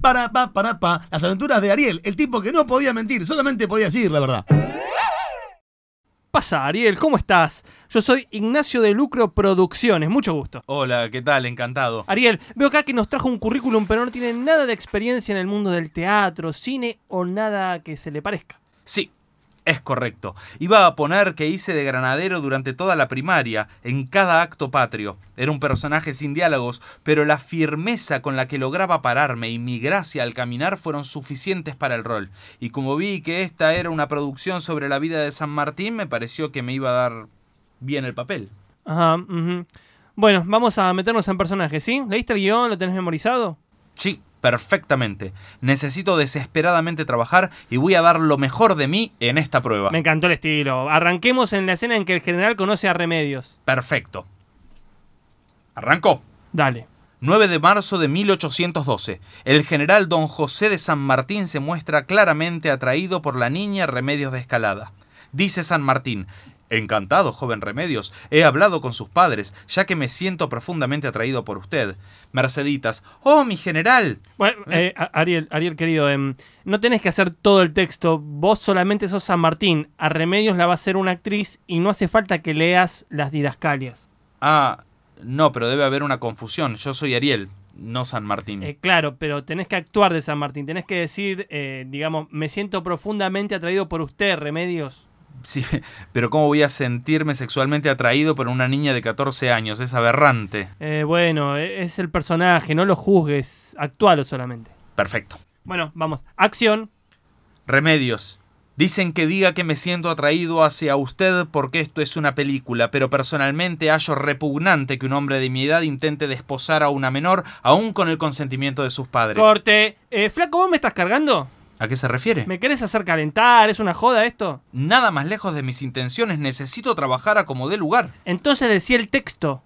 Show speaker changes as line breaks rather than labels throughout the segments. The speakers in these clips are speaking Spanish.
para, pa, para, pa. Las aventuras de Ariel, el tipo que no podía mentir, solamente podía decir la verdad.
Pasa, Ariel, ¿cómo estás? Yo soy Ignacio de Lucro Producciones, mucho gusto.
Hola, ¿qué tal? Encantado.
Ariel, veo acá que nos trajo un currículum, pero no tiene nada de experiencia en el mundo del teatro, cine o nada que se le parezca.
Sí, es correcto. Iba a poner que hice de granadero durante toda la primaria, en cada acto patrio. Era un personaje sin diálogos, pero la firmeza con la que lograba pararme y mi gracia al caminar fueron suficientes para el rol. Y como vi que esta era una producción sobre la vida de San Martín, me pareció que me iba a dar bien el papel.
Ajá, ujú. Bueno, vamos a meternos en personajes, ¿sí? ¿Leíste el guión? ¿Lo tenés memorizado?
Sí, perfectamente. Necesito desesperadamente trabajar y voy a dar lo mejor de mí en esta prueba.
Me encantó el estilo. Arranquemos en la escena en que el general conoce a Remedios.
Perfecto. ¿Arrancó?
Dale.
9 de marzo de 1812. El general don José de San Martín se muestra claramente atraído por la niña Remedios de Escalada. Dice San Martín, Encantado, joven Remedios. He hablado con sus padres, ya que me siento profundamente atraído por usted. Merceditas, Oh, mi general.
Bueno, eh, a- Ariel, Ariel querido, em, no tenés que hacer todo el texto, vos solamente sos San Martín, a Remedios la va a hacer una actriz y no hace falta que leas las didascalias.
Ah, no, pero debe haber una confusión. Yo soy Ariel, no San Martín.
Eh, claro, pero tenés que actuar de San Martín, tenés que decir, eh, digamos, me siento profundamente atraído por usted, Remedios.
Sí, pero ¿cómo voy a sentirme sexualmente atraído por una niña de 14 años? Es aberrante.
Eh, bueno, eh, es el personaje, no lo juzgues, actualo solamente.
Perfecto.
Bueno, vamos, acción.
Remedios. Dicen que diga que me siento atraído hacia usted porque esto es una película, pero personalmente hallo repugnante que un hombre de mi edad intente desposar a una menor, aún con el consentimiento de sus padres.
Corte. Eh, flaco, ¿vos me estás cargando?
¿A qué se refiere?
¿Me querés hacer calentar? ¿Es una joda esto?
Nada más lejos de mis intenciones, necesito trabajar a como dé lugar.
Entonces decía el texto.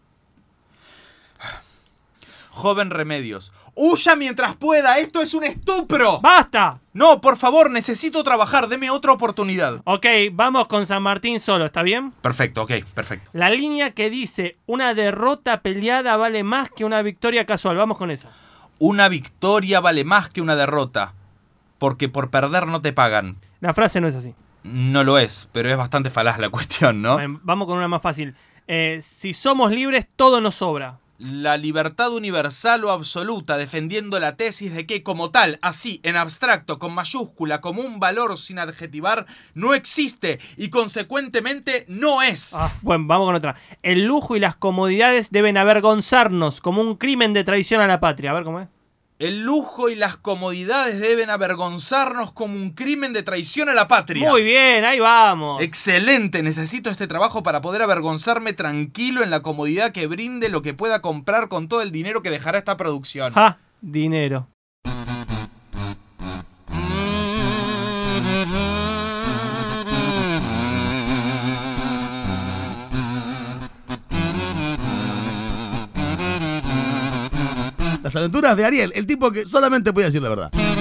Joven Remedios. ¡Huya mientras pueda! ¡Esto es un estupro!
¡Basta!
No, por favor, necesito trabajar, deme otra oportunidad.
Ok, vamos con San Martín solo, ¿está bien?
Perfecto, ok, perfecto.
La línea que dice una derrota peleada vale más que una victoria casual. Vamos con esa.
Una victoria vale más que una derrota, porque por perder no te pagan.
La frase no es así.
No lo es, pero es bastante falaz la cuestión, ¿no?
Bueno, vamos con una más fácil. Eh, si somos libres, todo nos sobra.
La libertad universal o absoluta, defendiendo la tesis de que como tal, así, en abstracto, con mayúscula, como un valor sin adjetivar, no existe y consecuentemente no es.
Ah, bueno, vamos con otra. El lujo y las comodidades deben avergonzarnos como un crimen de traición a la patria. A ver cómo es.
El lujo y las comodidades deben avergonzarnos como un crimen de traición a la patria.
Muy bien, ahí vamos.
Excelente, necesito este trabajo para poder avergonzarme tranquilo en la comodidad que brinde lo que pueda comprar con todo el dinero que dejará esta producción.
Ja, dinero.
Las aventuras de Ariel, el tipo que solamente podía decir la verdad.